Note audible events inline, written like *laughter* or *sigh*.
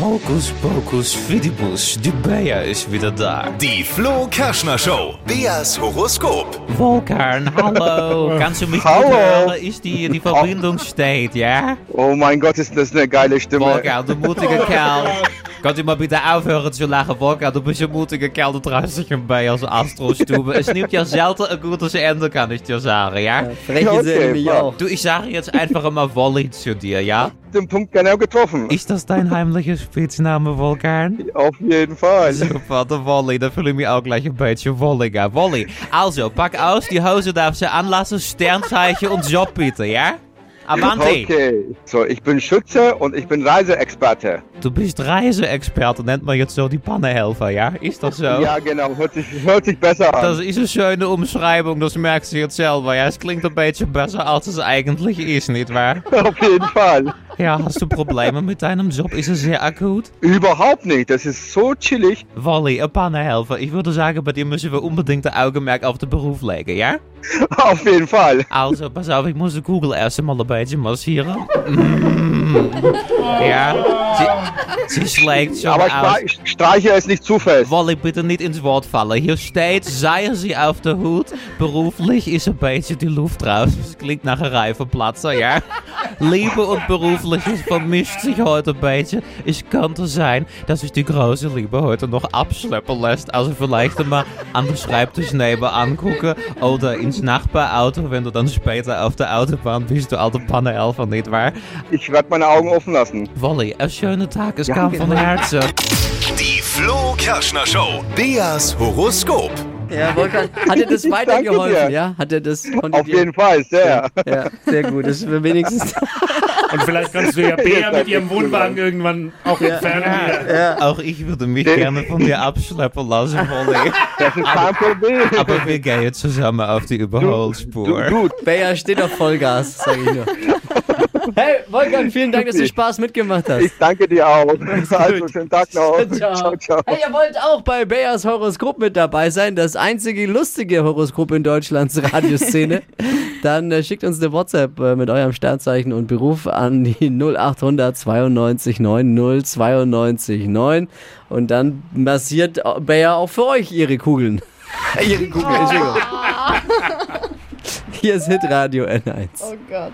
Hokus pokus fidibus, die Bayer ist wieder da. Die Flo Kerschner Show. Beas Horoskop. Volkan, *laughs* hallo. Kannst du mich Hallo. gut hören? Ist die, die Verbindung steht, ja? Oh mein Gott, ist das eine geile Stimme. Volkan, du *laughs* mutige Kerl. Könnt ihr mal bitte aufhören zu lachen, Volkan? Du bist een mutige Kerl, du traust dich im Bayer als *laughs* Astro-Stube. es nimmt ja selten ein gutes Ende, kann ich dir sagen, ja? Ja, Sprechen Sie okay, mich Mann. auch. Du, ich sage jetzt einfach mal Wolli zu dir, ja? Den Punkt genau getroffen. Ist das dein heimlicher Spitzname, Volkan? Auf *laughs* jeden Fall. Super, de Wolly, da fühle ich mich auch gleich ein bisschen wolliger. Wolly, also, pack aus, die Hose darfst du anlassen, Sternzeichen und Job bitte, ja? Amanti, Okay. So, ich bin Schütze und ich bin Reiseexperte. du bist Reiseexperte, nennt man jetzt so die Pannenhelfer, ja? Ist das so? Ja, genau. Hört sich, hört sich besser an. Das ist eine schöne Umschreibung, das merkst du jetzt selber, ja? Es klingt ein bisschen besser, als es eigentlich ist, nicht wahr? *laughs* Auf jeden Fall. Ja, hast du Probleme mit deinem Job? Ist es sehr akut? Überhaupt nicht. Das ist so chillig. *laughs* Wolly, ein Pannenhelfer, ich würde sagen, bei dir müssen wir unbedingt ein Augenmerk auf den Beruf legen, ja? Auf jeden Fall. Also, pass auf, ich muss de Kugel erst einmal ein bisschen massieren. Mm. Ja, sie, sie schlägt schon Aber aus. stre streiche es nicht zu fest. Wolle bitte nicht ins Wort fallen. Hier steht, seien Sie auf der Hut. Beruflich ist ein beetje die Dus Luft raus. Das klingt nach einem Reifenplatzer, ja? Liebe und Berufliches vermischt sich heute ein beetje. Es könnte sein, dass ich die große Liebe heute noch abschleppen lässt. Also vielleicht mal an den Schreibtisch nebenan gucken oder ins Nachbarauto. Wenn du dann später auf der Autobahn bist, du alte Panne-Elfer, nicht wahr? Ich werde meine Augen offen lassen. Wolli, een schöne Tag. Es kam von Herzen. Die Flo Kerschner Show. Beas Horoskop. Ja, Volkan, hat dir *laughs* das Ich danke dir. weitergeholfen? Ja, hat dir das. konnte Auf dir- jeden Fall, sehr. Ja, sehr gut. Das ist *laughs* mir wenigstens. Und vielleicht kannst du ja Bea mit ihrem Wohnwagen irgendwann auch entfernen. wieder. *laughs* Auch ich würde mich gerne von dir abschleppen lassen, Wolli. Das ist kein Problem. Aber wir gehen jetzt zusammen auf die Du, Überholspur. du, Bayer steht auf Vollgas, sag ich nur. Hey, Volkan, vielen Dank, dass du Spaß mitgemacht hast. ich danke dir auch. Also, schönen Tag noch. ciao. ciao. Hey, ihr wollt auch bei Bayers Horoskop mit dabei sein, das einzige lustige Horoskop in Deutschlands *laughs* Radioszene. Dann äh, schickt uns eine WhatsApp äh, mit eurem Sternzeichen und Beruf an die *laughs* 0800 92 90 92 9 und dann massiert Bayer auch für euch ihre Kugeln. *laughs* ihre Kugeln, Entschuldigung. Hier ist Hitradio N1. Oh Gott.